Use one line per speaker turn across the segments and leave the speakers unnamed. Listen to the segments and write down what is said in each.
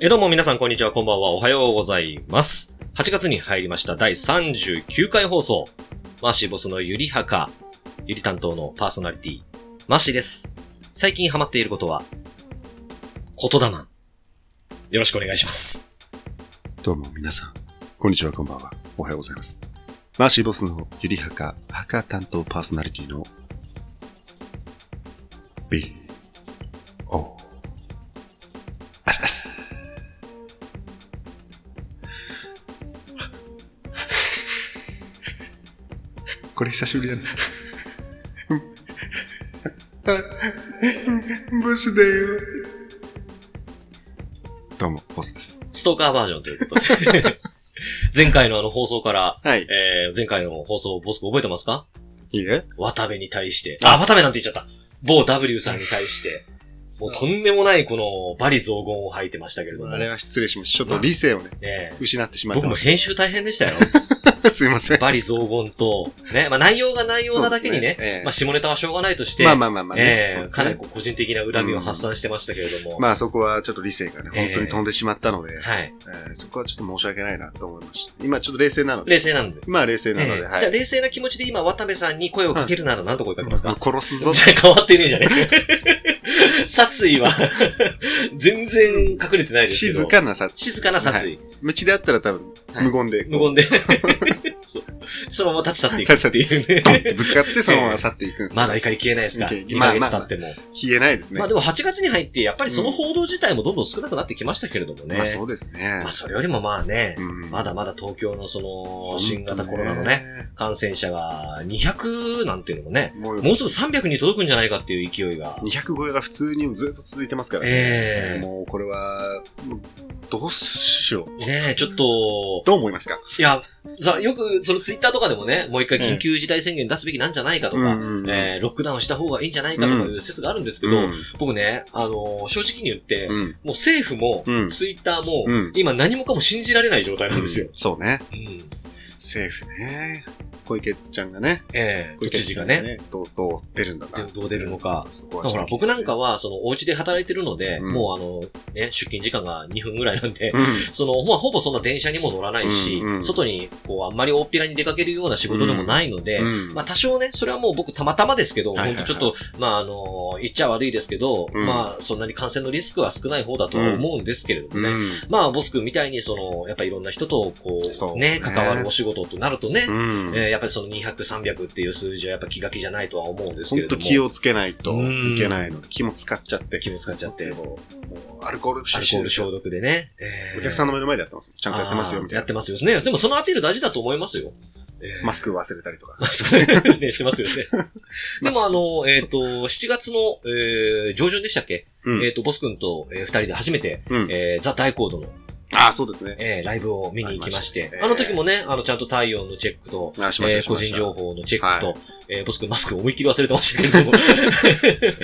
え、どうも皆さん、こんにちは、こんばんは、おはようございます。8月に入りました、第39回放送。マーシーボスのゆりはか、ゆり担当のパーソナリティ、マーシーです。最近ハマっていることは、言霊。よろしくお願いします。
どうも皆さん、こんにちは、こんばんは。おはようございます。マーシーボスのゆりはか、はか担当パーソナリティの B、O、あしたす。これ久しぶりだな。ボスだよ。どうも、ボスです。
ストーカーバージョンということで。 前回のあの放送から、
はい。
えー、前回の放送、ボス君覚えてますか
いいえ
渡部に対して、あ、渡部なんて言っちゃった。某 W さんに対して、もうとんでもないこの、バリ雑言を吐いてましたけれども。
あれ
ね
は失礼しました。ちょっと理性をね、
え
失ってしまい
僕
ま
も
し
編集大変でしたよ。
た。 すいません。
バリ雑言と、ね、まあ内容が内容なだけにね、
そうですねええ
まあ下ネタはしょうがないとして、
まあまあまあまあね。
ええ
そうです
か
ね
なりこう個人的な恨みを発散してましたけれども、
まあそこはちょっと理性がね、
ええ
本当に飛んでしまったので、
はい。
えーそこはちょっと申し訳ないなと思いました。今ちょっと冷静なので、
冷静なんで。
今は冷静なの
ええ
で、は
じゃあ
い。
冷静な気持ちで今渡部さんに声をかけるなら何と声かけますか、
殺す
じゃ
ぞ
あ。変わってねえじゃねえ 殺意は、全然隠れてないですけど。
静。かなさ、
静かな殺意。
無知であったら多分、
はい
無言で、
無言で そうそのまま立ち去っていくっていう
ドンっ
ね。
てぶつかってそのまま去っていくんで す
まだ
消
怒り消えないですか ?2
まあ
ヶ月経っても。
えないですね。
まあでも8月に入って、やっぱりその報道自体もどんどん少なくなってきましたけれどもね。
まあそうですね
まあ。それよりもまあね、
うん
まだまだ東京のその、新型コロナのね、。感染者が200なんていうのもね、
もう
もうすぐ300に届くんじゃないかっていう勢いが。
200超えが普通にずっと続いてますから
え
ね。
え
もうこれは、もうどうしよう。
ねえ、ちょっと、
どう思いますか
いや、さ、よく、そのツイッターとかでもね、もう一回緊急事態宣言出すべきなんじゃないかとか、
うんうんうん
えーロックダウンした方がいいんじゃないかとかいう説があるんですけど、僕ね、あのー正直に言って、
う
も
ん。うん。
う政府も、
うん
ツイッターも、
うん
今何もかも信じられない状態なんですよ。
そうね。
うん。
政府ね。小池ちゃんがね。
ええ
小
都
池
知
ち
事
ゃ
が
ん
ね。。
どう、どう出るんだな。
どう出るのか。
そこは
ほら、僕なんか
は。
は、その、お家で働いてるので、
うん
もうあの、ね、出勤時間が2分ぐらいなんで、
うん。
その、まあ、ほぼそんな電車にも乗らないし、
うんうん
外に、こう、あんまり大っぴらに出かけるような仕事でもないので、
うん
まあ多少ね、それはもう僕たまたまですけど、
はいはいはい
本当ちょっと、まああの、言っちゃ悪いですけど、
うん
まあそんなに感染のリスクは少ない方だとは思うんですけれどもね。
う
まあボス君みたいにその、やっぱいろんな人とこ
そう
う、ね
ね、
関わるお仕事となるとね、
ん。う
えー
ん。
やっぱりその200、300っていう数字はやっぱ気が気じゃないとは思うんです
ほ
けれ
ん
ど
と
も。
気をつけないと
うん
いけないので、気も使っちゃって。
気も使っちゃって
でももうアルコール
アルコール消毒でね。えー
お客さんの目の前でやってます。ちゃんとやってますよ、
あー
みたい
やってますよね。でもそのアピール大事だと思いますよ。
な。マスク忘れたりとか。
すいません。ね、してますよね。 でもあの、えっ、と、7月の、えー上旬でしたっけ、
うん
えっ、と、ボス君と、えー二人で初めて、
うん
えーザ・大コードの、
ああ、そうですね。
えーライブを見に行きまして、
ありまし
あ
た
の時もね、あの、ちゃんと体温のチェックと、
あしました
えー
し
個
ました
人情報のチェックと、
は
えーボス君マスク思いっきり忘れてましたけれども、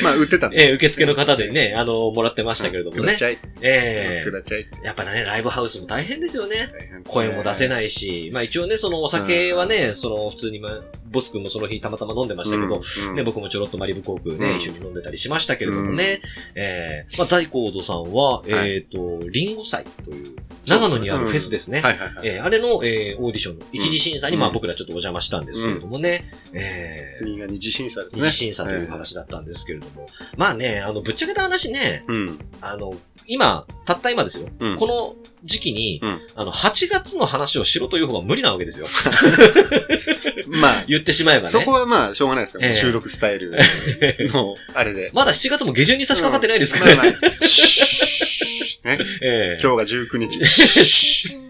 まあ、売ってたんで。
えー受付の方でね、あの、もらってましたけれども
くだ
ね
ち。ゃい。
え
くだちゃい。
ーやっぱね、ライブハウスも大変ですよね。
大変ですね
声も出せないし、まあ一応ね、そのお酒はね、その普通に、まあ、ボス君もその日たまたま飲んでましたけど、
うん
ね、僕もちょろっとマリブコークね、
うん
一緒に飲んでたりしましたけれどもね、えー、まあ、大高度さんは、
はい
えっ、と、リンゴ祭という、長野にあるフェスですね。
はいはいはい。
えーあれの、えーオーディションの一次審査に、
うん
まあ僕らちょっとお邪魔したんですけれどもね、えー、
次が二次審査です
二
ね。
次審査という話だったんですけれども、まあね、あの、ぶっちゃけた話ね、
ええ。うん。
あの、今、たった今ですよ、
うん
この時期に、
うん
あの、8月の話をしろという方が無理なわけですよ。
まあ、
言ってしまえばね。
そこはまあ、しょうがないですよ。
ええ
収録スタイルの、あれで。
まだ7月も下旬に差し掛かってないですから、
まあまあシーッね
えー
今日が19日。シーッ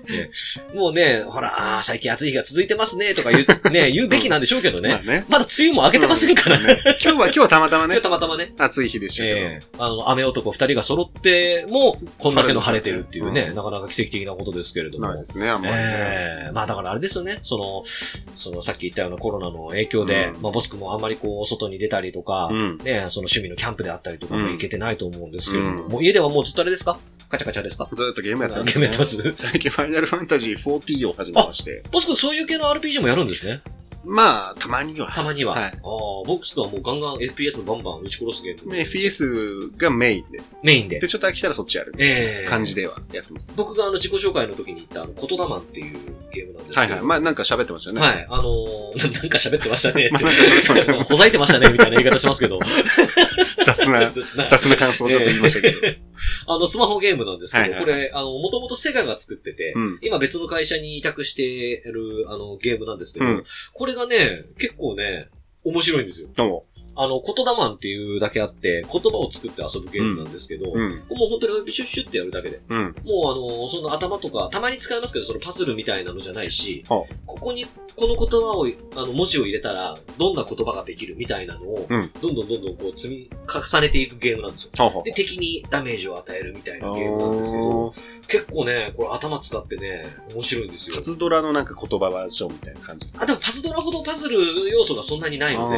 もう ね、ほら、あー最近暑い日が続いてますね、とか言う、ね、言うべきなんでしょうけどね。
まあね。
まだ梅雨も明けてませんから
う
ね。
ね今日は、今日はたまたま
今日
ね、
たまたまね、
暑い日でしたけ
ええあの、雨男二人が揃っても、こんだけの晴れてるっていうね、
う
なかなか奇跡的なことですけれど
ど。
も。
ないですね、あんまりね。
ええまあだからあれですよね。その、そのさっき言ったようなコロナの影響で、
うん
まあボス君もあんまりこう、外に出たりとか、
うん。
ね、その趣味のキャンプであったりとかも行けてないと思うんですけれども、
うん
もう家ではもうずっとあれですかカチャカチャですか
ずっとゲームやって
ゲームやってます
最近、ファイナルファンタジー40を始めまして。
ボス君そういう系の RPG もやるんですね。
まあ、たまには。
たまには。
はい
ああ、ボックスとはもうガンガン FPS のバンバン撃ち殺すゲーム。
FES がメインで。
メインで
で、。ちょっと飽きたらそっちやる。
ええ
感じではやってます。
僕があの自己紹介の時に言った、あの、言霊っていうゲームなんです
は
け
い
ど。
はい。まあ、なんか喋ってましたね。
はい。あのー、 ななんか喋ってましたね。
まあなんか喋ってましたね
ほざいてましたね、みたいな言い方しますけど。
雑な、雑な感想をちょっと言いましたけど。
あの、スマホゲームなんですけど、
はいはい
これ、あの、もともとセガが作ってて、
うん。
今別の会社に委託してる、あの、ゲームなんですけど、
うん
これがね、結構ね、面白いんですよ。
どうも。
あの、言霊マンっていうだけあって、言葉を作って遊ぶゲームなんですけど、
うん。
もう本当にシュッシュッってやるだけで。
うん。
もうあの、その頭とか、たまに使いますけど、そのパズルみたいなのじゃないし、
は
ここに、この言葉を、あの、文字を入れたら、どんな言葉ができるみたいなのを、
うん
どんどんどんどんこう積み、重ねていくゲームなんですよ。
ほうほう
で、敵にダメージを与えるみたいな
あ
ゲームなんですけど、
ー
結構ね、これ頭使ってね、面白いんですよ
パ。ズドラのなんか言葉バージョンみたいな感じです
あ、でもパズドラほどパズル要素がそんなにないので、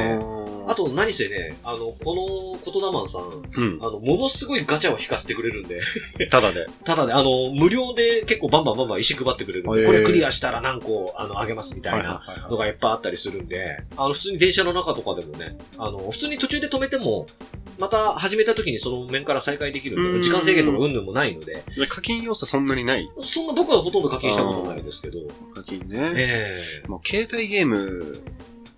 あ
あと、
と何せね、あの、この言霊マンさん、
うん。
あの、ものすごいガチャを引かせてくれるんで、
ただで。
ただね、あの、無料で結構バンバンバンバン石配ってくれるんで、
へー
これクリアしたら何個、あの、あげますみたいな
はいはい
のがいっぱいあったりするんで、あの、普通に電車の中とかでもね、あの、普通に途中で止めても、また始めた時にその面から再開できるん
う
で、
ん
時間制限とか云々もないので、
で課金要素そんなにない
そんな僕はほとんど課金したことないですけど、
課金ね。
ええ
もう携帯ゲーム、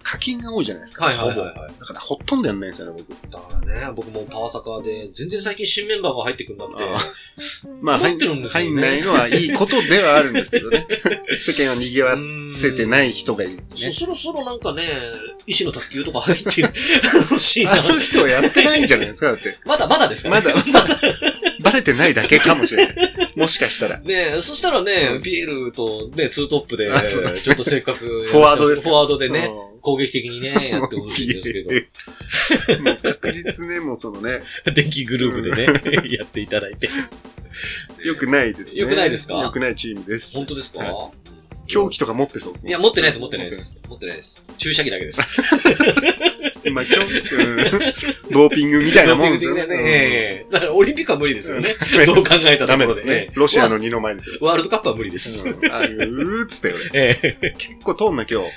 課金が多いじゃないですか。
はいはいはい
ほぼ
はい
だからほとんどやんないんですよね、僕。
だからね、僕もパワサカで、全然最近新メンバーが入ってくんなくて、
あまあ、
困
入
っ
ん
てるんですよね
入んないのはいいことではあるんですけ どね。世間を賑わ
うん
せてない人がいる、ね。
そそろそろなんかね、医師の卓球とか入ってほしいな
あ。の人はやってないんじゃないですか、だって。
まだまだですかね
まだ、まだ、バレてないだけかもしれない。もしかしたら。
ねえ、そしたらね、
うん
ピエールとね、ツートップで、
あそう
ちょっとせっかく、
フォワードです
フォワードでね、
うん
攻撃的にね、やってほしいんですけど、
もう確実ね、もうそのね、
電気グループ でね、やっていただいて。
良くないですね。
良くないですか
良くないチームです
本。当ですか、
は狂気とか持ってそうですね。
いや、持ってないです、持ってないで。す。持ってないです。注射器だけです。
まあ、狂気、うん ドーピン グみたいなもんですよ
ね。ええ だからオリンピックは無理ですよね。
うん
どう考えたと
ダ
こ
メで
ろですね
ね。。ロシアの二の前ですよ。
ワワールドカップは無理です。
うんああいう、うーっつって俺。
ええ
結構通んな、今日。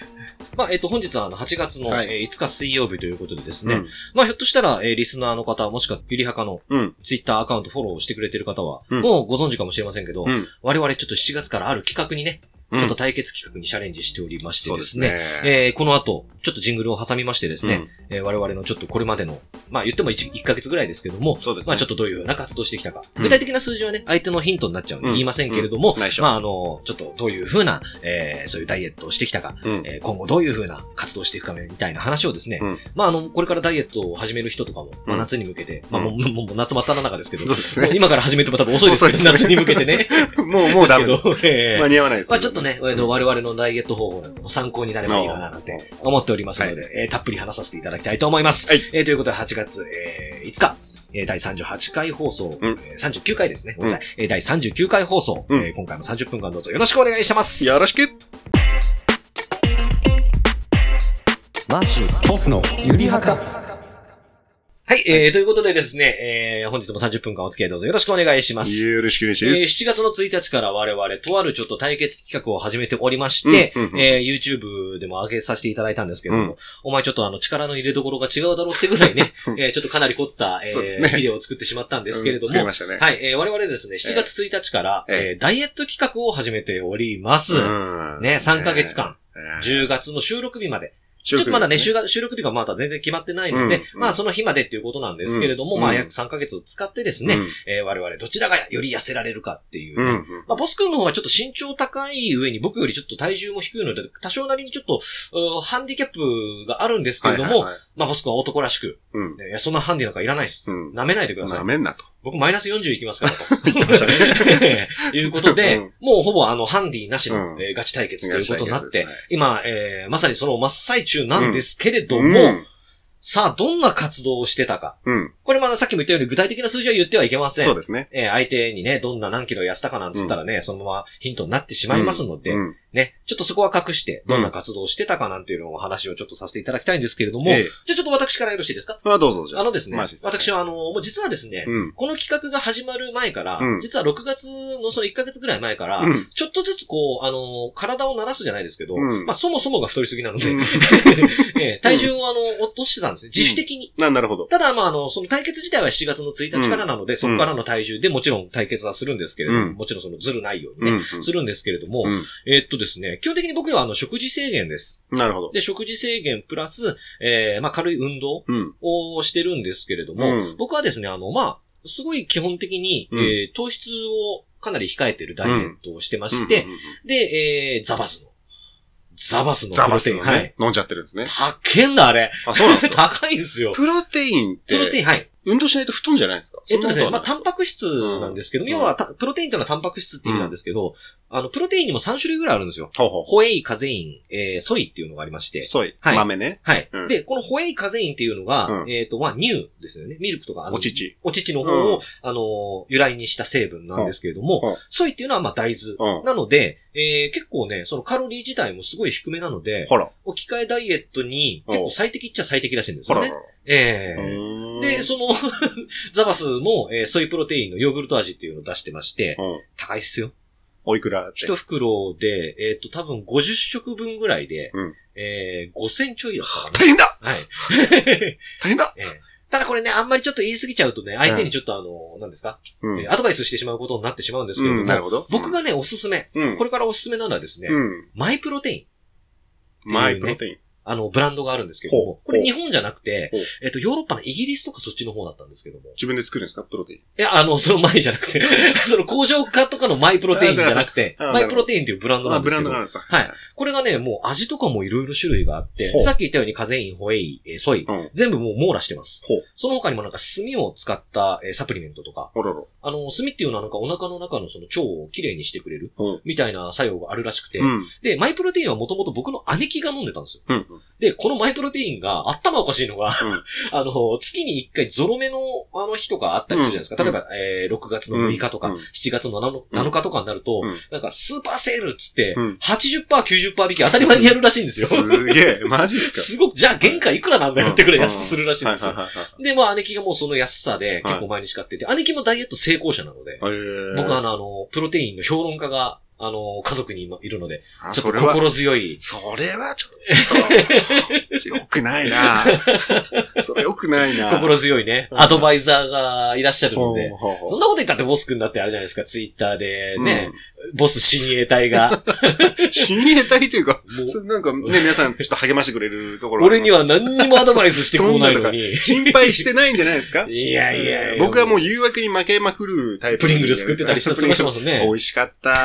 まあ、えっと、本日はあの8月の
はい
えー5日水曜日ということでですね。
うん
まあ、ひょっとしたら、えーリスナーの方、もしくはゆりはかの
うん。
ツイッターアカウントフォローしてくれてる方は、
うん
もうご存知かもしれませんけど、
うん。
我々ちょっと7月からある企画にね、
うん
ちょっと対決企画にチャレンジしておりまして
そう
で
です
す
ね
ね。。えーこの後、ちょっとジングルを挟みましてですね、えー我々のちょっとこれまでの、まあ言っても 1, 1ヶ月ぐらいですけども、
そうですね
まあちょっとどういうような活動してきたか。
うん
具体的な数字はね、相手のヒントになっちゃうんで
うん
言いませんけれども、
うん内緒
まああの、ちょっとどういうふうな、えーそういうダイエットをしてきたか、
うん。うん。
えー今後どういうふうな活動をしていくかみたいな話をですね、
うん
まああの、これからダイエットを始める人とかも、まあ
うん
夏に向けて、まあ
う
も
ん
うもうもう夏真っ只中ですけど、
そうです
も
ね
う。今から始めても多分遅いですけど、
遅いです
夏に
ね
向けてね。
もう、 もうダメ
で。すけど、ええ
間に合わないです。
まあちょっとね、あの
うん
我々のダイエット方法なんかも参考になればいいかななんて思っておりますので、
は
えーたっぷり話させていただきたいと思います。
はい
えーということで8月、えー5日。えー第38回放送、
うん
えー39回ですね。ごめんなさい。えー第39回放送、
うん
えー今回も30分間どうぞよろしくお願いします。
よろしく
マーシー、ボスのゆりはか。
はい、えーということでですね、えー本日も30分間お付き合いどうぞよろしくお願いします。
よろしくお願いし
えー
ます。
7月の1日から我々、とあるちょっと対決企画を始めておりまして、
うんうんうん
えー YouTube でも上げさせていただいたんですけれども、
う
お前ちょっとあの力の入れどころが違うだろうってぐらいね、
うん
えーちょっとかなり凝った、え
そうです
ー
ね
ビデオを作ってしまったんですけれど
うん作り
も、
ましたね。
はい、えー我々ですね、7月1日から、え
ええ
ーダイエット企画を始めております。
うん
ね、3ヶ月間、
えー
10月の収録日まで、ちょっとまだね、収録収録日がまだ全然決まってないので、
うんうん
まあその日までっていうことなんですけれども、
うん
まあ約3ヶ月を使ってですね、
うん
えー我々どちらがより痩せられるかっていう、
うん。
まあボス君の方がちょっと身長高い上に僕よりちょっと体重も低いので、多少なりにちょっと、うーハンディキャップがあるんですけれども、
はいはいはい
まあボス君は男らしく、
うん。
ねいや、そんなハンディなんかいらないです。
うん
舐めないでください
な。めんなと。
僕マイナス40いきますから
ましたね
と。 いうことで、
うん
もうほぼあの、ハンディなしの、
うん
えーガチ対決ということになっ
ガチ対
て
決ですね、
今、えーまさにその真っ最中なんですけれども、
うん
さあ、どんな活動をしてたか。
うん。
これまださっきも言ったように具体的な数字は言ってはいけません。
そうですね。
えー相手にね、どんな何キロ痩せたかなんつったらね、そのままヒントになってしまいますので、
うん。
ね、ちょっとそこは隠して、どんな活動をしてたかなんていうのをお話をちょっとさせていただきたいんですけれども、
ええ
じゃあちょっと私からよろしいですか
まあどうぞじゃあ。
あのですね、
マジさん
私はあの、もう実はですね、
うん。
この企画が始まる前から、
うん
実は6月のその1ヶ月ぐらい前から、
うん
ちょっとずつこう、あの、体を慣らすじゃないですけど、
うん
まあそもそもが太りすぎなので、
うん
ええ体重をあの、落としてたんですね。自主的に。
な、なる ほど。
ただ、まあ、あの、その対決自体は7月の1日からなので、そこからの体重でもちろん対決はするんですけれども、
うん
もちろんそのずるないよう
う
にね、
ん。
するんですけれども、
うん
えーっとですね、基本的に僕らはあの、食事制限です。
なるほど。
で、食事制限プラス、えー、まあ、軽い運動
うん。
をしてるんですけれども、
うん
僕はですね、あの、まあ、すごい基本的に、
うん
えー糖質をかなり控えてるダイエットをしてまして、
うんうんうん
で、えー、ザバスの。ザバスのプ
ザバ
ロテ
ス
イン。
を
は
ね
い。、
飲んじゃってるんですね。
高えんだ、あれ。
あ、そうなんで すか
高いんですよ。
プロテインっ
プロテイ
て、
ン、はい。
運動しないと太んじゃないんですか
えっとですね、
そん
ま
な
あ、
ことは
タンパク質なんですけど、
うん
要はた、プロテインというのはタンパク質って意味なんですけど、あの、プロテインにも3種類ぐらいあるんですよ。
ないほうほ
ホエイ、カゼイン、えー、ソイっていうのがありまし
う。
て。
ソイ。
はい
豆ね。
はい、
うん
で、このホエイ、カゼインっていうのが、
うん
えっ、と、まあ、乳ですよね。ミルクとか、あの
お乳。
お乳の方を、
うん
あのー、由来にした成分なんですけれども、
うんうん
ソイっていうのは、まあ、大豆。
うん。
なので、えー、結構ね、そのカロリー自体もすごい低めなので、
ほら。
置き換えダイエットに結構最適っちゃ最適らしいんです
ほ
よ
ら。
ね。ええで、その、 ザバスも、えーソイプロテインのヨーグルト味っていうのを出してまして、
うん。
高いっすよ。
おいくらって
一。袋で、えっ、と、多分50食分ぐらいで、
うん
えー、5000ちょいだったか
大変だ
な。はい。
大変だ
えーただこれね、あんまりちょっと言い過ぎちゃうとね、相手にちょっとあの、何ですか、
うん
えーアドバイスしてしまうことになってしまうんですけれど
う
も、
ん。なるほど。
僕がね、おすすめ、
うん
これからおすすめなのはですね、
うん。
マイプロテイン。
マイプロテイン。
あの、ブランドがあるんですけれど
ほ
も
う、
これ日本じゃなくて
ほう、
えっと、ヨーロッパのイギリスとかそっちの方だったんですけども、
自分で作るんですかプロテイン。
いや、あの、その前じゃなくて、 その工場化とかのマイプロテインじゃなくて、
あそうそう
マ
あ
イプロテインっていうブランドな
あ、
んで
ブ
す
ラ
け
ンド
ど
があ、るんですか
はい。これがね、もう味とかもいろいろ種類があって
ほう、
さっき言ったようにカゼイン、ホエイ、えーソイ、
うん。
全部もう網羅してます。
ほう。
その他にもなんか炭を使ったえーサプリメントとか、
ほらろ。
あの、炭っていうのはなんかお腹の中のその腸をきれいにしてくれる
うん、
みたいな作用があるらしくて
う、ん。
で、マイプロテインはもともと僕の姉貴が飲んでたんですよ。
うん。
で、このマイプロテインが頭おかしいのが、
ん
あの、月に1回ゾロ目のあの日とかあったりするじゃないですか。
うん
例えば、えー6月の6日とか、
うん
7月の 7, 7日とかになると、
うん
なんかスーパーセールっつって、
うん
80%、90%引き当たり前にやるらしいんですよ。
すげえ。マジっす
すごく、じゃあ原価いくらなんだよってくらい安くするらしいん
か
ですよ。
はいはいはい
で、まあ姉貴がもうその安さで結構毎日買ってて、姉貴もダイエット成功者なので、
はい。えー
僕はあの、あのプロテインの評論家が、あの、家族に今いるので、
あ
ちょっ
そ
と
れは、
心強い。
それはちょっと、よくな いなそれよくないな
心強いね、
うん
アドバイザーがいらっしゃるので、
ほうほ
そ
うほ
んなこと言ったってボス君だってあるじゃないですか、ツイッターで
う
ね、ボス親衛隊 が。
うん親衛隊というか、
もう
それなんかね、皆さんちょっと励ましてくれるところ。
俺には何にもアドバイスしてこないのに。
心配してないんじゃないですか
いやいやいや。
僕はもう誘惑に負けまくるタイプ。
プリングル作ってたりして過ごしてます
プリングル
ね
美。味し かった。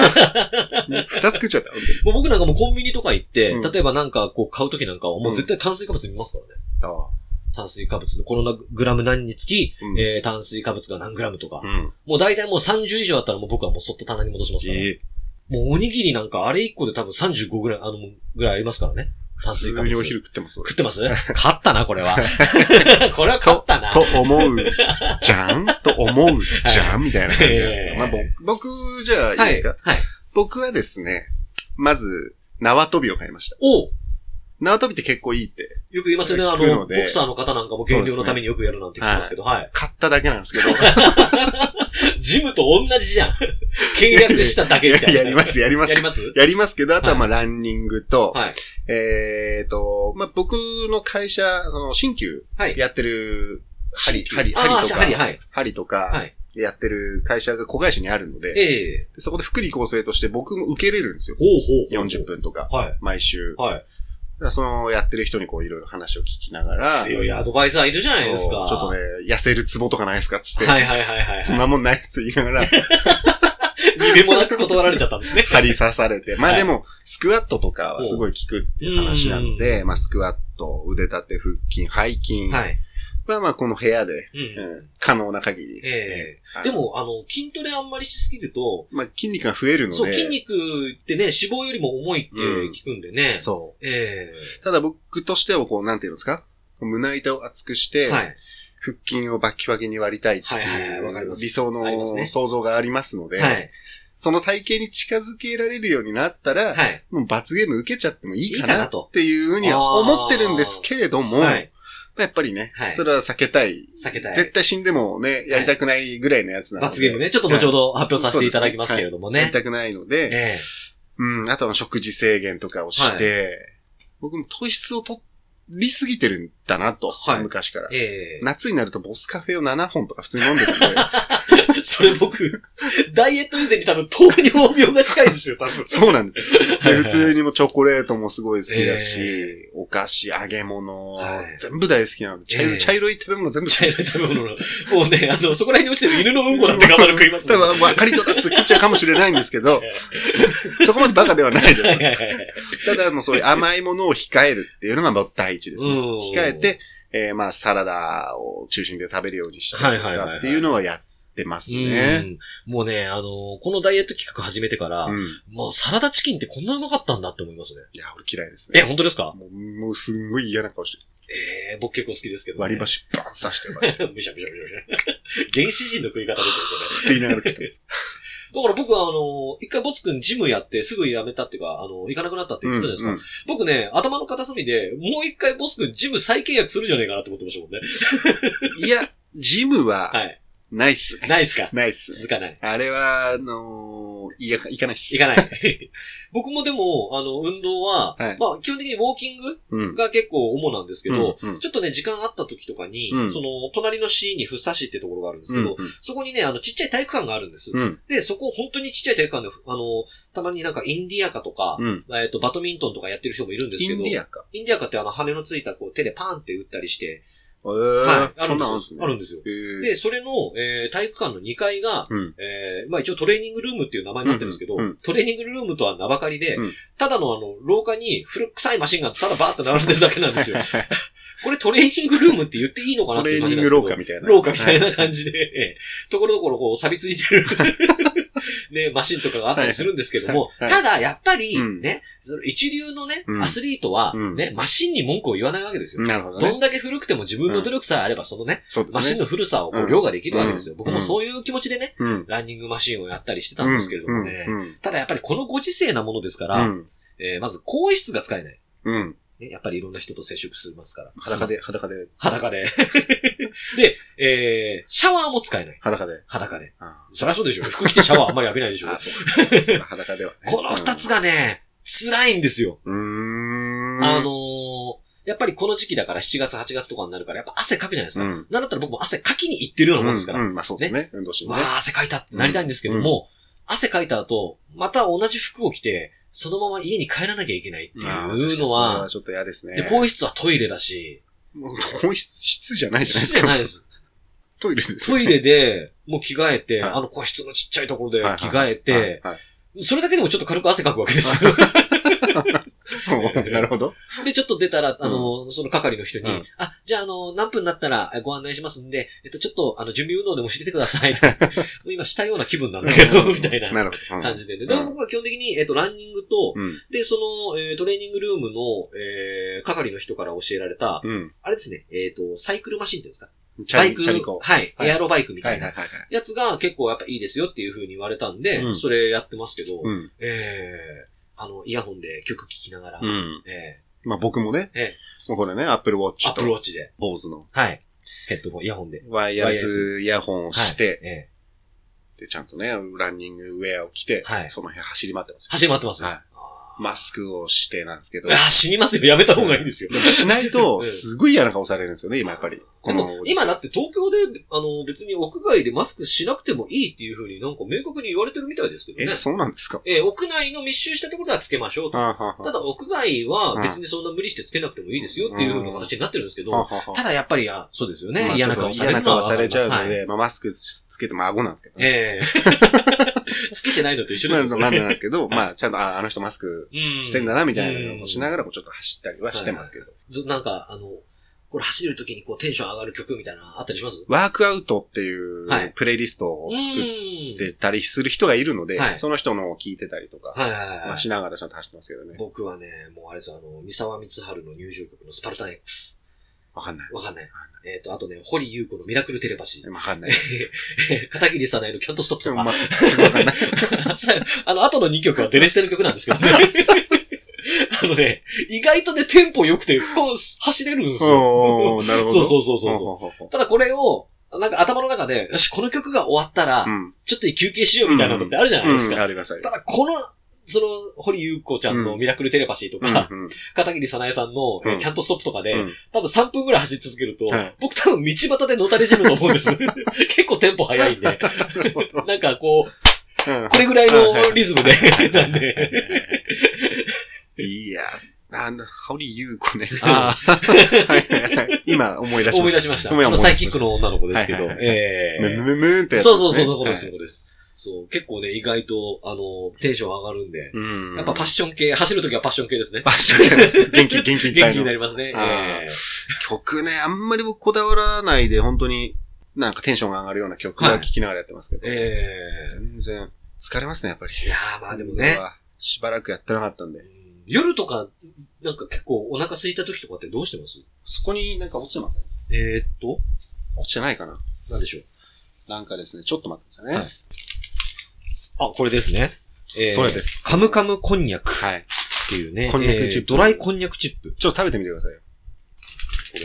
二つ作っちゃった。本当に
もう僕なんかもうコンビニとか行って、
うん
例えばなんかこう買うときなんかはもう絶対炭水化物見ますからね。
あ
炭水化物。このグラム何につき、
うん
えー炭水化物が何グラムとか。
うん。
もう大体もう30以上あったらもう僕はもうそっと棚に戻しますから。
ええ
もうおにぎりなんかあれ1個で多分35ぐらい、あの、ぐらいありますからね。炭水化
普
物。
通にお昼食ってます、俺
食ってます勝ったな、これは。 これは勝ったな。
と思うじゃんと思うじゃんみたいな感じなんですけ
ええ
ど。まあ、僕、僕じゃあいいですか、
はい。はい。
僕はですね、まず、縄跳びを買いました。
おう
縄跳びって結構いいって、
よく言いますよね。あ
聞く
の、ボ
ので
クサーの方なんかも減量のためによくやるなんて聞きますけど、はい。
買っただけなんですけ ど、
ジムと同じ じゃん。契約しただけみたいな。
やります、やります
や。ります
やりますけど、あとはまあ、ランニングと、
はい。
えっ、と、まあ、僕の会社、その、新旧
はい。
やってる、針、針、
ああ、
針と
針、
か、
はい。
針と
は
か
い、
やってる会社が子会社にあるので、
ええ。
そこで福利厚生として僕も受けれるんですよ。
ほうほうほう。
40。分とか、
はい。
毎週。
はい。
だからその、やってる人にこう、いろいろ話を聞きながら、
強いアドバイザーいるじゃないですか。
ちょっとね、痩せるツボとかないですかっつって、
はいはいはいはい。
そんなもんないって言いな がら、
にべもなく断られちゃったんですね。
針刺されて。まあ
はい
でも、スクワットとかはすごい効くっていう話なので、まあスクワット、腕立て、腹筋、背筋は、
はい。
まあまあこの部屋で、
う。
うんん可能な限り。
え
は
え。で、
い
も、あの、筋トレあんまりしすぎると、
まあ筋肉が増えるので、
そう、筋肉ってね、脂肪よりも重いって
うん
聞くんでね。
そ
え
うただ僕としてはこう、なんていうんですか胸板を厚くし
え
て、
はい。
腹筋をバッキバキに割りたいって
はいはいはいわか
い
り
う
ます
理想
ありますね
の想像がありますので、
はい。
その体型に近づけられるようになったら、
はい。
もう罰ゲーム受けちゃってもいいか
いいか
な
なと
っていうふうには思ってるんですけれども、
はい。
やっぱりね、
はい
それは避けたい。
避けたい。
絶対死んでもね、やりたくないぐらいのやつなので。
罰ゲームね。ちょっと後ほど発表させていただきますけれども
やり
ね。
たくないので、
え
うん、あとは食事制限とかをして、僕も糖質を取りすぎてるんだなと、
はい
昔から
え。。ええ。
夏になるとボスカフェを7本とか普通に飲んでるんで、
それ僕、ダイエット以前に多分糖尿病が近いですよ、 多分。
そうなんですよ。
はいはい
で普通にもチョコレートもすごい好きだし、
え
お菓子、揚げ物、
はい
全部大好きなので、茶色い
ええ
茶色い食べ 物全部
茶色い食べ物の。もうね、あの、そこら辺に落ちてる犬のうんこだって頑張る食いますも
多
んね。
分分かりとかつ食っちゃうかもしれないんですけど
え、
そこまでバカではないです。
はいはいはい
ただ、もうそういう甘いものを控えるっていうのが第一ですね。
うん
控えて、えーまあ、サラダを中心で食べるようにしたりと
はいはいはいは
か
い
っていうのはやってます
う
ね。
んもうね、あの、このダイエット企画始めてから、
うん。
もうサラダチキンってこんなうまかったんだって思いますね。
いや、俺嫌いです
え、
ね。
本当ですか
もう、もうすんごい嫌な顔して、
ええ僕結構好きですけど、
割り箸バン刺して、っ て
むしゃむしゃむしゃむしゃ。 原始人の食い方ですよ、それ。
言いながら食ってます。
だから僕はあの、一回ボス君ジムやってすぐ辞めたっていうか、あの、行かなくなったって言 ってたじゃないですか。
うんうん
僕ね、頭の片隅で、もう一回ボス君ジム再契約するんじゃないかなって思ってましたもん ね。
いや、ジムは、
はい。
ないっすね。
ないっすか
ないっす
続
ね。
かない。
あれは、あのー、いや、いかないっす。
いかない。 僕もでも、あの、運動は、
はい
まあ、基本的にウォーキング
うん。
が結構主なんですけど、
うんうん
ちょっとね、時間あった時とかに、
うん
その、隣の市にふさしってところがあるんですけど、そこにね、あの、ちっちゃい体育館があるんです。
うん。うん。
で、そこ本当にちっちゃい体育館で、あの、たまになんかインディアカとか、
うん。
えっ、と、バドミントンとかやってる人もいるんです
イ
けど、
ンディアか。
インディアカってあの、羽のついたこう手でパーンって打ったりして、
えー、
あ
そ
る
ん
んで
なんあるん
す
す
よ。
ね。
あるんですよ。
えー
で、それの、えー体育館の2階が、
うん。
えーまあ一応トレーニングルームっていう名前になってるんですけど、
うんうんうん
トレーニングルームとは名ばかりで、
うん
ただのあの、廊下に古臭いマシンがただバーって並んでるだけなん ですよ。これトレーニングルームって言っていいのかな
ト
ってい
レ
う
ー
感
ニ
じなんで
ング
すけど
廊下みたいな。
廊下みたい
は
な感じで、ええところどころこう錆びついてる、 ね、マシンとかがあったりするんですけども、
はいはい
ただやっぱり
うん
ね、その一流のね、
うん
アスリートは
うん
ね、マシンに文句を言わないわけですよ。
なるほど
ど
ね。
んだけ古くても自分の努力さえあればそのね、
そうで
マシン
すね。
の古さをこ
う
うん凌駕できるわけですよ。
うん
僕もそういう気持ちでね、
うん。
ランニングマシンをやったりしてたんですけれどもね。
うん。うん
ただやっぱりこのご時世なものですから、えーまず更衣室が使えない。
うん。うん。
ね、やっぱりいろんな人と接触しますから。
裸で、。裸で、
裸で。 で、えーシャワーも使えない。
裸で。
裸で。
あ
そりゃそうでしょ。服着てシャワーあんまり浴びないでしょ
ー。あ、 そうか。裸ではね。
この二つがね、辛いんですよ。
うん。うーん。
あのー、やっぱりこの時期だから7月8月とかになるから、やっぱ汗かくじゃないですか。
うん
なんだったら僕も汗かきに行ってるようなもんですから。
うんうんまあそうですね。運動神
わ
ね。
ー、汗かいたってなりたいんですけども、汗かいた後、また同じ服を着て、そのまま家に帰らなきゃいけないっていうの
あー確かにそれ
は、
はちょっと嫌ですね。
で、更衣室はトイレだ し、
もう本質、質じゃないじゃない
室
です
じゃ
か。
ないです。
トイレです
ト
よ
イ
ね。
レで、もう着替えて、
はい
あの個室のちっちゃいところで
はいはい
着替えて、
はい
それだけでもちょっと軽く汗かくわけです。
はいなるほど。
で、ちょっと出たら、あの、その係の人に
うん、
あ、じゃあ、あの、何分になったらご案内しますんで、えっと、ちょっと、あの、準備運動でもしててください。 もう今したような気分なんだけど、みたいな
なるほど。
感じで。で、だから僕は基本的に、えっと、ランニングと、
うん。
で、その、えートレーニングルームの、えー係の人から教えられた、
うん。
あれですね、えっと、サイクルマシンっていうんですか
うん。チ
バ
ャ
イ
リ、
ク、
チャリコ。
はい、
はい
エアロバイクみ
は
たい
いは
ない
はい。はい
やつが結構やっぱいいですよっていう風に言われたんで、
うん
それやってますけど、
うん。
えー、あの、イヤホンで曲聴きながら、
うん。
え
まあ僕もね
ええ、
もうこれね、アップルウォッ
ー、
チ
アップル
と
ウォッチで、
坊主の
はい、ヘッドホン、イヤホンで。
ワイヤレスイヤホンをして、
はい、え
で、ちゃんとね、ランニングウェアを着て、
はい
その辺走り回ってます
ー、走り回ってますね。
はいよ。マスクをしてなんですけど
あー、死にますよ。やめた方がいいですよ
で。もしないと、
うん
すごい嫌な顔されるんですよね、今やっぱり。
で
この
も、、今だって東京で、あの、別に屋外でマスクしなくてもいいっていう風になんか明確に言われてるみたいですけ
え
どね、。
そうなんですか
えー屋内の密集したところではつけましょうと。
はあはあは
ただ、屋外は別にそんな無理してつけなくてもいいですよっていう風な形になってるんですけど
あ、はあはあ
ただやっぱりや、そうですよね。
まあ
嫌な
ちょ
顔
っと
される
嫌な
のは
顔されちゃうの
はい
で、まあマスクつけて、まあ顎なんですけどね。
ええつけてないのと一緒
ま
で
あ
すよ
まあ
それ
なんでなんですけど、まあちゃんと、あ、あの人マスク
うん
してんだな、みたいなの
う
を
ん
しながら、こうちょっと走ったりはしてますけど。
どなんか、あの、これ走るときにこうテンション上がる曲みたいなのあったりします
ワークアウトってい
は
う
い
プレイリストを作っ
ん
てたりする人がいるの
は
で、
い
その人のを聞いてたりとか、
はいはいはい
ま
は
あ
い。
しながらちゃんと走ってますけどね。
僕はね、もうあれですよ、あの、三沢光晴の入場曲のスパルタン X。
わかんない。
わかんない。えっ、と、あとね、堀優子のミラクルテレパシー。
わかんない。
片桐さないのキャントストップ
で
と
も、ま
か。
あ、わかんない。
さ あの、後の2曲はデレステの曲なんですけどね。 あのね、意外とね、テンポ良くて、こう、走れるんですよ。
おー、なるほど。
そうそうそうそうそう。
ほうほうほ
ただこれを、なんか頭の中で、よし、この曲が終わったら
う。う、ん。
ちょっと休憩しようみたいなのってあるじゃないです
うん
か。
ありますあり
た
ま
だこの、その、堀優子ちゃんのミラクルテレパシーとか、
す。うんうん
片桐さなえさんの
うん
キャントストップとかで、
うん
多分3分ぐらい走り続けると、
はい
僕多分道端でのたれ死ぬと思うんです。結構テンポ早いん で。なんかこう、これぐらいのリズムで、 なんで。
うんいや、あの、堀優子ね。
あ
はいはいはい今思い出しまし た。
思い出しました。
今思い出しました
サイキックの女の子ですけど。
はいはい
ええ
ムムムムーンってやつ
そうそうそう、そこ
で
ですす、
ね
そこです。そう、結構ね、意外と、あの、テンション上がるんで。
はいうん。
やっぱパッション系、走るときはパッション系ですね。
パッションです。元気、元気いっぱ
元気
い
に
の
なりますね。
あー
え
曲ね、あんまり僕こだわらないで、本当になんかテンションが上がるような曲は
はい
聴きながらやってますけど。
ええ
全然、疲れますね、やっぱり。
えいやー、まあでもね。。
しばらくやってなかったんで。
夜とか、なんか結構お腹空いた時とかってどうしてます
そこになんか落ちてません
えー、っと、
落ちてないかな
なんでしょう。
なんかですね、ちょっと待ってくださいね。
あ、これですね。えー、
それです
カムカムこんにゃく
はい。
っていうね。
こんにゃく
え
チップ
ードライこんにゃくチップ。こ
ちょっと食べてみてくださいよ。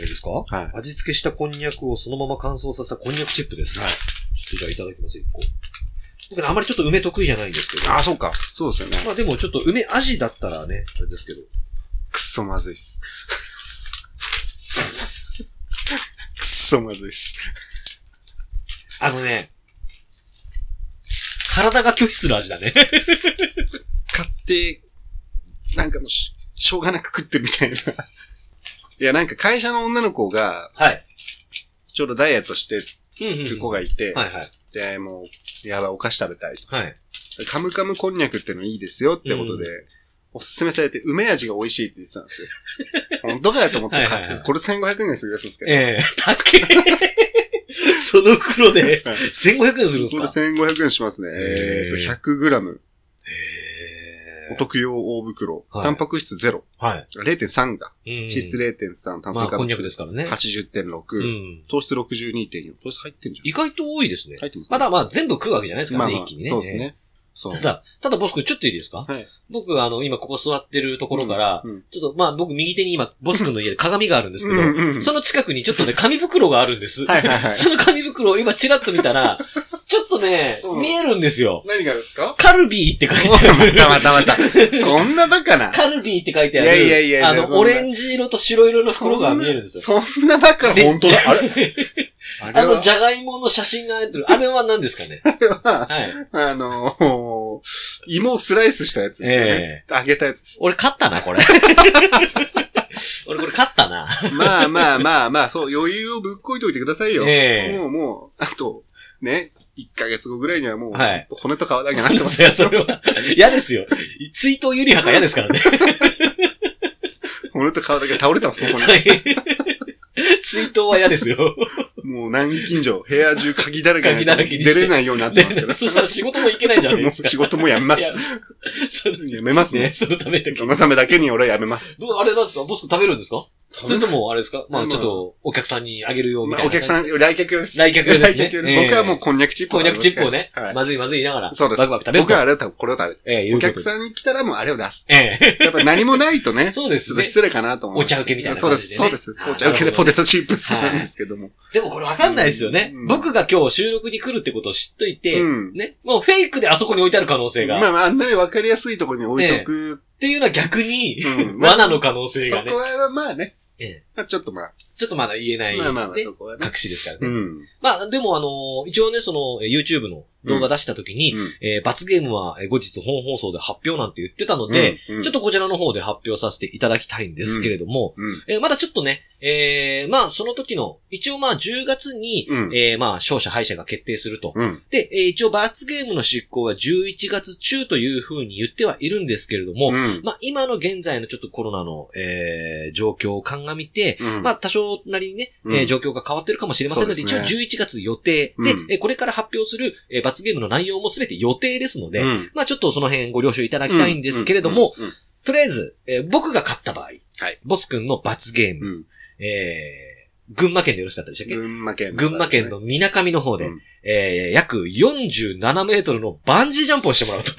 れですか
はい。
味付けしたこんにゃくをそのまま乾燥させたこんにゃくチップです。
はい
ちょっとじゃあいただきます、一個。僕ね、あまりちょっと梅得意じゃないんですけど。
あ、そうか。そうですよね。
まあでもちょっと梅味だったらね、あれですけど。
くっそまずいっす。くっそまずいっす。
あのね、体が拒否する味だ ね。
買って、なんかもうし、しょうがなく食ってるみたいな。いや、なんか会社の女の子が、
はい。
ちょうどダイエットして
うんうん
る子がいて、
はいはい。
で、もう、やばい、お菓子食べたいと。
はい。
カムカムこんにゃくってのいいですよってことで、おすすめされて、梅味が美味しいって言ってたん ですよ。本当かよと思って買って、
はいはいはい
これ1500円ぐらいするやつですけど。
ええだけ その黒で、
はい
1500円するんです
そ
か
れ1500円しますね。え
へー
ーと、100グラム。
へ
お
ー
得用大袋、
はい
タンパク質ゼロ、
はい。
0.3が、
脂
脂質0.3、炭
ま
水
あ、
化
こんにゃく
物
ですからね。う
80.6、
ん。
糖質62.4、糖質入ってんじゃ
意外と多いですね
ん。入ってます、
まだまあ全部食うわけじゃないですか
ま
ら
あ
ね、
まあ
一気にね。
そうですね。そう。
ただ、ただボス君ちょっといいですか
はい
僕、あの、今ここ座ってるところから、
うんうん
ちょっと、まあ僕右手に今、ボス君の家で鏡があるんですけど、
うんうん
その近くにちょっとね、紙袋があるんです。
はいはいはい。
その紙袋を今チラッと見た ら、ちょっとね、
うん
見えるんですよ。
何がですか
カルビーって書いてあ
ま
る。
たまたまた。そんなバカな。
カルビーって書いてある。
いやいやいやいや
あ
そん
の、
な
オレンジ色と白色の袋が見えるんですよ。
そんなバカな。
で
本当だ。あれあ
あ
れ
の、
は
じゃがいもの写真が入ってる。あれは何ですか ねはい。
あのー、芋をスライスしたやつですよね。揚げたやつです。
俺勝ったな、 これ。俺これ勝ったな。
まあまあまあまあ、そう、余裕をぶっこいといてくださいよ。
ええ
もうもう、あと、ね、1ヶ月後ぐらいにはもう、
はい
骨と皮だけになってま す
いや、それは、嫌ですよ。追悼ゆりはか嫌ですからね。
俺と顔だけ倒れてます、ここ
はい 追悼は嫌ですよ。
に。もう軟禁状、部屋中鍵だらけになっ
鍵だ
て
らけにして
出れないようになって
で
ますから。
そしたら仕事も行けないじゃない
も
で
う
すか。
仕事もやめま
いや
す。
その
やめます
ね、
ね。
そのためだけ。
そのためだけに俺はやめます。
どう、あれなんですかボス食べるんですかそれとも、あれですかま
ま
あ
あ
ちょっと、お客さんにあげるようみ
ま
た
あ
い
お
な感じ。
客さん、来客用です。
来客用ですね
来客用です僕はもうこんにゃくチップ
こんにゃくチップを
ね。
ね
はい、
まずいまずい言いながら、
そうです
バクバク食べる
僕
と。
はあれを食べ、これを食
ええ
べる。お客
ん。
さんに来たらもうあれを出す。
ええ。、
やっぱ何もないとね
そうで
ちょ
す
っと
ね。
失礼かなと思う。
お茶受けみたいな
そう
感
で
じ
す、
でね
そうです。
あー
お茶受け
な
で
るほ
ポ
ど
テトチップスなんですけ ども。
でもこれわかんないですよね
う。ん
僕が今日収録に来るってことを知っといて、
うん
ね、もうフェイクであそこに置いてある可能性が、
ま
っ
あまあ、あんなに分かりやすいところに置いとく。
ていうのは逆に、
うん
罠の可能性
そ
がね
こ、はまあね
ええ。
まあちょっとまあ、
ちょっとまだ言えない、ね
まあまあまあ、そ
隠
こはね。
しですから
う
ね。
ん。
まあでもあのー一応ね、その、えー YouTube の動画出した時に、
うん
えー罰ゲームはえー後日本放送で発表なんて言ってたので、、ちょっ
と、
とこちらの方で発表させていただきたいんですけれども、
うん。
えーまだちょっとね、えーまあその時の、一応まあ10月に、
うん
えーまあ勝者敗者が決定すると。
うん。
で、えー一応罰ゲームの執行は11月中というふうに言ってはいるんですけれども、
うん。
まあ今の現在のちょっとコロナの、えー状況を鑑みて、
うん
まあ、多少なりにね、えー
うん
状況が変わってるかもしれませんので、
そう
一
です
応
ね
11月予定で、
うん
えーこれから発表する、えー罰ゲームの内容も全て予定ですので、
うん
まあ、ちょっとその辺ご了承いただきたいんですけれども、、
うんうん
とりあえず、えー僕が勝った場合、
はい
ボス君の罰ゲーム、
うん。
え群馬県でよろしかったでしたっけ
群馬県、
群馬県の。みなかみの方で、
うん
えー、約47メートルのバンジージャンプをしてもらうと。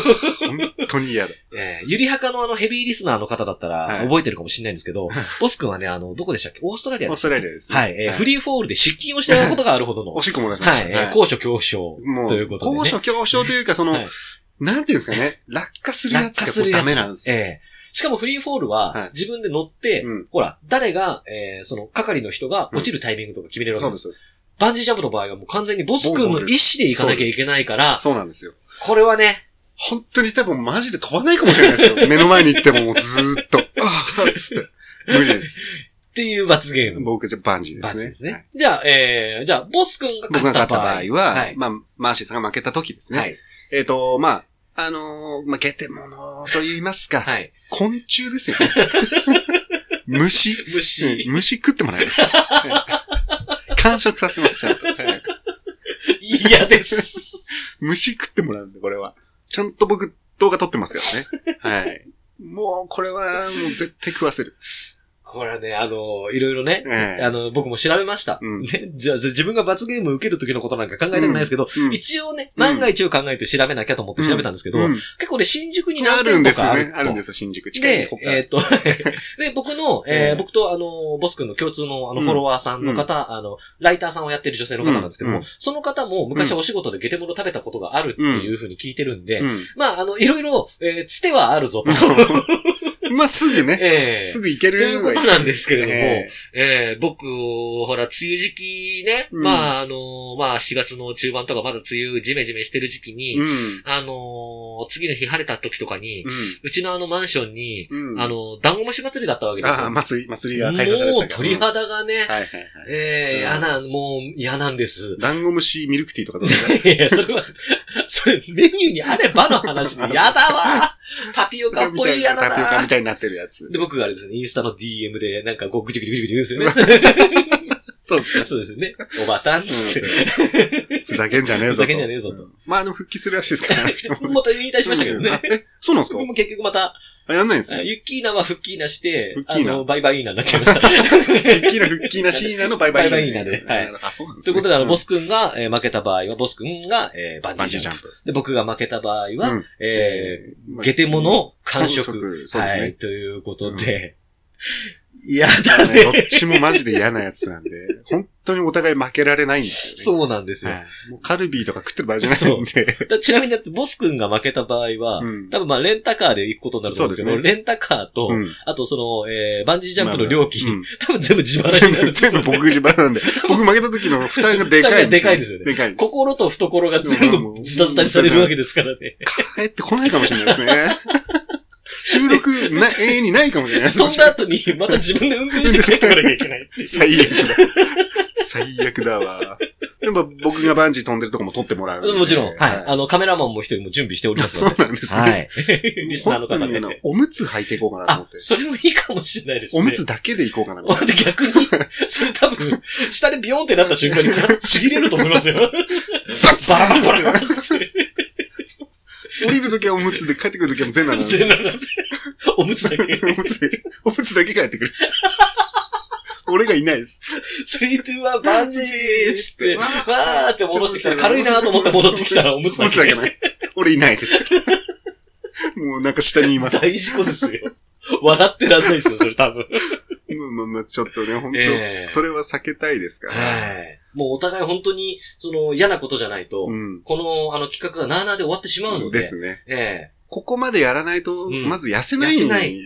本当 に嫌だ。
えー、ゆりはかのあのヘビーリスナーの方だった
は
ら
い
覚えてるかもしれないんですけ ど、ボス君はね、あの、どこでしたっけオーストラリア
オー
で
ス
す
トラリアですね。
はい、えーフリーフォールで失禁をしたことがあるほどの、
お
は
しっこもらいまし
い、
た。
えー高所恐怖症
もう、
ということで、ね。
高所恐怖症というか、その、
はい
なんていうんですかね、落下するや
落下
つ
す
が
る
もう
やつ
ダメなんですよ。
ええしかもフリーフォール
はい
は、自分で乗って、
うん
ほら、誰が、えーその、係の人が落ちるタイミングとか決めれるわ
そ
け
う
で。
ですす。そうです
バンジージャンプの場合はもう完全にボス君の意思で行かなきゃいけないから、
そうなんですよ。
これはね、
本当に多分マジで飛ばないかもしれないです よ。目の前に行ってももうずーっと。 あーつって無理です。
っていう罰ゲーム。
僕じゃバンジーで
罰
す
で
ね。
すね。じゃあ、えー、じゃあ、ボス君が
僕
勝
が
った
勝った
場合。
場合は、
はい。
まあ、マーシーさんが負けた時ですね。
はい。
えっ、と、まあ、あのーまあ、ゲテモノと言いますか、
はい。
昆虫ですよね。 虫。
虫、
虫食ってもらいます。完食させます、ちゃんと。はい
嫌です。
虫食ってもらうんで、これは。ちゃんと僕、動画撮ってますからね。はい。もう、これは、もう絶対食わせる。
これはね、あの、いろいろね、
ええ
あの、僕も調べました。
うん
ね、じゃあ、自分が罰ゲームを受ける時のことなんか考えたくないですけど、
うん
一応ね、万が一を考えて調べなきゃと思って調べたんですけど、
うん
結構ね、新宿に
あ
何
るん
店
で
舗
す
か
よ
あ
ね
る。。
あるんですすよ、新宿。近い
で
とこ、から
えーっと、 で、僕の、えー
ええ
僕と、あの、ボス君の共通の、あの、
うん
フォロワーさんの方、あの、ライターさんをやってる女性の方なんですけども、
うん
その方も昔お仕事でゲテモノ食べたことがあるっていうふうに聞いてるんで、
う
まあ、あの、いろいろ、えーつてはあるぞと。
ん。まあ、すぐね。
ええ
すぐ行け
と
る
いうことなんですけれども、
え
ええ僕、ほら、梅雨時期ね、
うん
まあ、あの、まあ、4月の中盤とかまだ梅雨ジメジメしてる時期
え
に、あの、次の日晴れた時とかに、
う
うちのあのマンションに、
ん。うん。
あ、の、ダンゴムシ祭りだったわけです
あ
よ。
あ、祭り、祭りが開催されて
もう
たから
鳥肌がね、
はいはいはい。
ええ嫌な、もう嫌なんです。
ダンゴムシミルクティーとかどう ですか
いやいや、それは、それメニューにあればの話で、やだわタピオカっぽい嫌だ
タピオカ
な
みたいになってるやつ
で、。僕があれですね、インスタの DM で、なんかこう、ぐちゅぐちゅぐちゅぐちゅ言うんですよ
そうですね
ね。。そうですよね。おばたんっつって。
ふざけんじゃねえぞと。
ふざけんじゃねえぞと
うん。まあ、でも復帰するらしいですからね。
また引退しましたけどね。
うん。え、そうなんです
そ
か
こも結局また、
あやんないんですね。
ユッキーナは復帰なして
復、
あ
帰な
の、バイバイーナになっちゃいました。
復帰な復帰なシーナのバイバイ
バイバイイーナではい
あ、そうなんです
とい
ね
うことで、あの、ボ
ス
ス君が、えー負けた場合は、ボス君が、えーバ
バ
ン
ン
ジ
ジ
ージ
ージ
ャン
ャ
プ。
ンプ。
で、僕が負けた場合は、
うん
え
ーま
ー、
あ
ゲテモの完
完
食。
そうです
はい、
ね。
ということ
うん
で、 嫌
あ
だ
のねどっ
ね。
ちもマジで嫌なやつなんで、 本当にお互い負けられないんですよね。
そうなんですよ。
はいもうカルビーとか食ってる場合じゃないんで。
だちなみにだって、ボス君が負けた場合は、
うん
多分まあ、レンタカーで行くことになると思うんですけど、
そうで
レンタカーと、
うん
あとその、えーバンジージャンプの料金、
うん
多分全部自腹
全
になるん
部、
ですよ
全部僕自腹な んで。僕負けた時の負担がでかい
負担が
ん
でかいですよね
でかいです。
心と懐が全部ズタズタにされるわけですからね。
帰ってこないかもしれないですね。収録な、永遠にないかもしれない。
そんな後に、また自分で運転して帰ってこなきゃいけないっていう。
最悪だ。最悪だわ。でも僕がバンジー飛んでるとこも撮ってもらう。
もちろん、はい。
あ
あの、カメラマンも一人も準備してお ります
そ
の
うなんです
で。
ね。
はい。リスナーの方
本当
で
に。あのおむつ履いていこうかなと思
あ
っ、て。
それもいいかもしれないですね。
おむつだけでいこうかな。
ほんで逆に、 それ多分、下でビヨンってなった瞬間に体ちぎれると思いますよ。
ザ
バラバラ
降りるときはおむつで帰ってくるときはもう全裸なんで
全裸なんでおむつだけ。
おむつだけ、おむつだけ帰ってくる。俺がいないです。
スリートゥーワンバンジーっつって、
わ
わーって戻してきたら軽いなと思って戻ってきたらおむつ
お
だ
むつだ
け
け。ない。俺いないです。 もうなんか下にいます。
大事故ですよ。 笑ってらんないですよ、それ多分。
まあまあ、ちょっとね、本当、
ええ
それは避けたいですから。
い。もうお互い本当に、その嫌なことじゃないと、
うん。
この、あの企画がなーなーで終わってしまうので、
ですね。
え
ここまでやらないと、
うん
まず痩せない
痩せない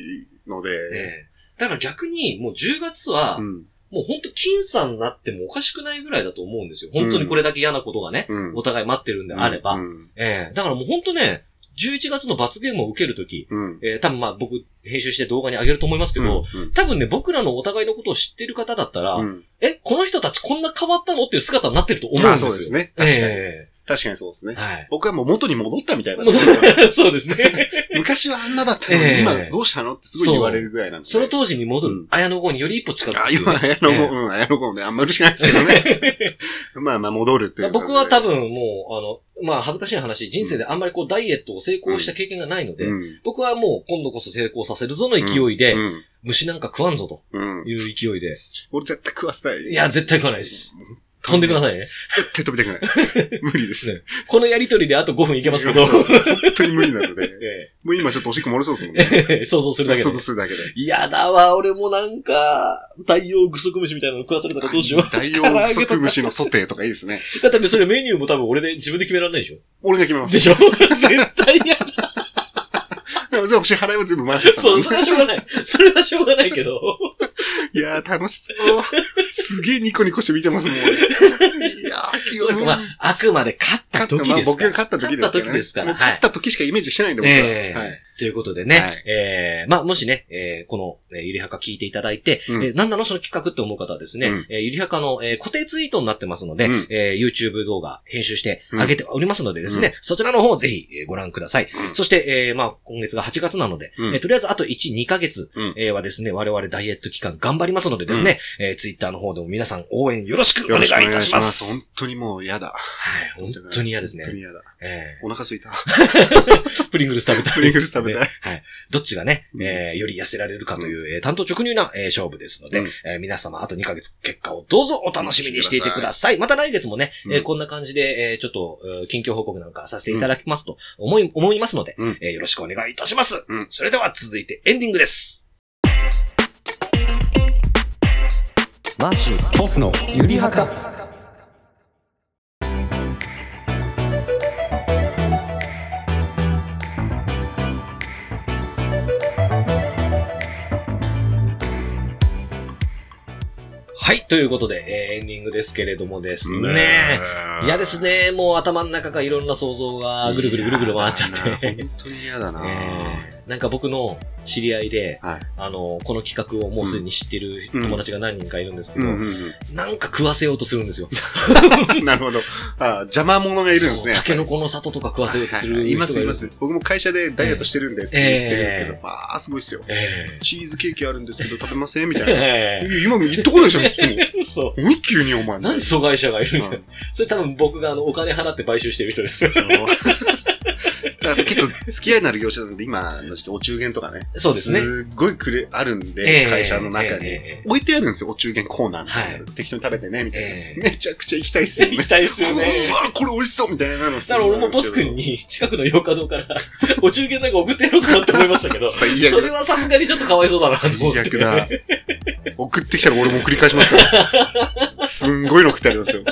ので、
えええだから逆に、もう10月は、
うん。
もう本当僅差になってもおかしくないぐらいだと思うんですよ。本当にこれだけ嫌なことがね、
うん。
お互い待ってるんであれば。
うん。
ええだからもう本当ね、11月の罰ゲームを受けるとき、
うん。
えー、多分まあ僕、編集して動画に上げると思いますけど、
うん、
多分ね、僕らのお互いのことを知ってる方だったら、
うん。
え、この人たちこんな変わったのっていう姿になってると思うん
ま
で
あ
す
そ
よ。
うですね。確かに、
え
確かにそうですね
え。はい。
僕はもう元に戻ったみたいな。
もう そうですね。
昔はあんなだったのに、
ええ
今どうしたのってすごい言われるぐらいなんで。
その当時に戻
う
る
ん、
綾野剛により一歩近づくっ
あ、
ていう
今、
ね。
綾野
ええ
剛、うん、綾野剛ね、あんまりしないですけどね。 まあまあ、戻るっていう。
僕は多、分もう、あの、まあ恥ずかしい話、人生であんまりこうダイエットを成功した経験がないので、
うん。
僕はもう今度こそ成功させるぞの勢いで、
うん。
虫なんか食わんぞと
うん。
いう勢いで。
俺絶対食わせたい。
いや、絶対食わないです。飛んでくださいね。
絶対飛びた くない。無理です。
このやりとりであと5分いけますけど。
そうそう本当に無理なので。
え
もう今ちょっとおしっこ漏れそうですもんね。
え想像するだけで
想像。する だけで。
いやだわ、俺もなんか、太陽グソクムシみたいなの食わされたらどうしよう。
大王不足虫のソテーとかいいですね。
だってそれメニューも多分俺で自分で決められないでしょ
俺が決めます。
でしょ 絶対嫌だ。
でも全部支払いは全部回してた
そう、
ん
それはしょうがない。それはしょうがないけ ど。
で。いやー楽しそう。すげえニコニコして見てますもん。俺いやー、気
そうかまあ、あくまで勝った
勝
時
った、
です
ま
から。
あ僕が勝った時ですからね。
勝った時ですから
もう勝った時しかイメージしてないんで、僕は。
ええ
はい。
ということでね、
はい
えーまあ、もしね、えーこの、えーゆりはか聞いていただいて、
うん
えーなんなのその企画って思う方はですね、
うん
えーゆりはかの、えー固定ツイートになってますので、
うん
えー YouTube 動画編集して上げておりますのでですね、
うん
そちらの方をぜひえーご覧ください。
うん
そして、えーまあ、今月が8月なので、
うん
えーとりあえずあと1、2ヶ月、
うん
えーはですね、我々ダイエット期間頑張りますのでですね、えー Twitter の方でも皆さん応援よろしくお願いいたします。
よろくお願いし本当にもう嫌だ。
はい、本当に嫌ですね
本当。に嫌だ。
えー
お腹すいた。
プリングルス食べたい。
プリングルス食べたい
ねはい。どっちがね、
うん
えーより痩せられるかという、えー担当直入な、えー勝負ですので、
うん
えー皆様、あと2ヶ月結果をどうぞお楽しみにしていてください。また来月もね、えー
うん
こんな感じで、えーちょっと、えー近況報告なんかさせていただきますと思い、思いますので、
うん
えーよろしくお願いいたします。
うん
それでは続いてエンディングです。
マーシーボスのゆりはか
はい、ということで、えーエンディングですけれどもですね。
え
嫌ですね。もう頭の中がいろんな想像がぐるぐるぐるぐる回っちゃって。
いやー本当に嫌だな、
えーなんか僕の知り合いで、
はい
あの、この企画をもうすでに知ってる友達が何人かいるんですけ
う
ど、
んうん
なんか食わせようとするんですよ。
うん。なるほど。あー邪魔者がいるんですね。
そうタケノコの里とか食わせようとする
はいはいはい
人
い
が
ま
い
す、
る
い
ん
ま
ですよ。
す。僕も会社でダイエットしてるんでって言ってるんですけど、
え
まあ、すごいっすよ。
え
チーズケーキあるんですけど食べませんみたい な。いや
え
今も言っとこないじゃん、いつも。
えそ
何急にお前。
う。なんで阻害者がいるんだ、
うん
それ多分僕があのお金払って買収してる人ですよ。
そのだから結構、付き合いのある 業者なんで、今の時期、お中元とかね。
そうですね。
すっごいくれ、あるん
え
で、
え
会社の中
えええ
に
え。
置いてあるんですよ、お中元コーナーみたいな
は
の。適当に食べてね、みた
え
い
え
な。めちゃくちゃ行きたいっすよね。
行きたいですよね。
うわ、これ美味しそうみたいなの。
だから俺もボス君。に近くの洋華堂からお中元なんか送ってやろうかなって思いましたけど、そ
最悪だ
れはさすがにちょっとかわいそうだなと思って。
最悪だ。送ってきたら俺も繰り返しますから。すんごいの送ってありますよ。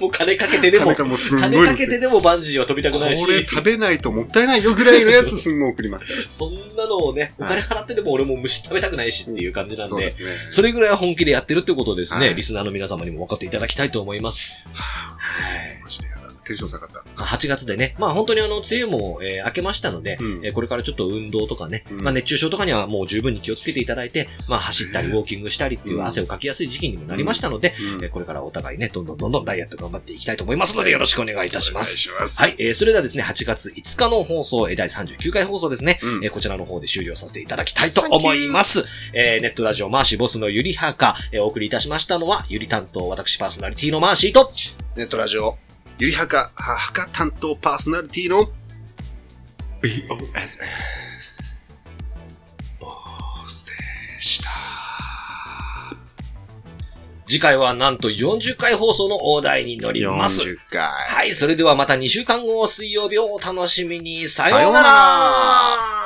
もう金かけてでも
金かもうすんごい
金
の
か
送って
けてでもバンジーは飛びたく
こ
ないし、
れ食べないともったいないよぐらいのやつすんごい送りますから。
そんなのをね、お金払ってでも俺も虫食べたくないしっていう感じなん
そうで
で、
すね。
それぐらい本気でやってるってことをですね、
はい
リスナーの皆様にも分かっていただきたいと思います。はい。
マジでやだ。テンション下がった。
まあ8月でね、まあ本当にあの、梅雨も、えー明けましたので、
うん
えーこれからちょっと運動とかね、
うん
まあ熱中症とかにはもう十分に気をつけていただいて、まあ走ったりウォーキングしたりっていう
うん
汗をかきやすい時期にもなりましたので、
うん
えーこれからお互いね、どんどんどんどんダイエット頑張っていきたいと思いますので、よろしくお願いいたします。
お願いします。
はい、えー、それではですね、8月5日の放送、えー第39回放送ですね、
うん
えーこちらの方で終了させていただきたいと思います。えーネットラジオマーシーボスのゆりはか、えーお送りいたしましたのは、ゆり担当、私パーソナリティのマーシーと、
ネットラジオ、ゆりはか、ははか担当パーソナリティの BOSS。ボスでした。
次回はなんと40回放送の大台に乗ります。
40回。
はい、それではまた2週間後、水曜日をお楽しみに。さよう
さよう
な
な
ら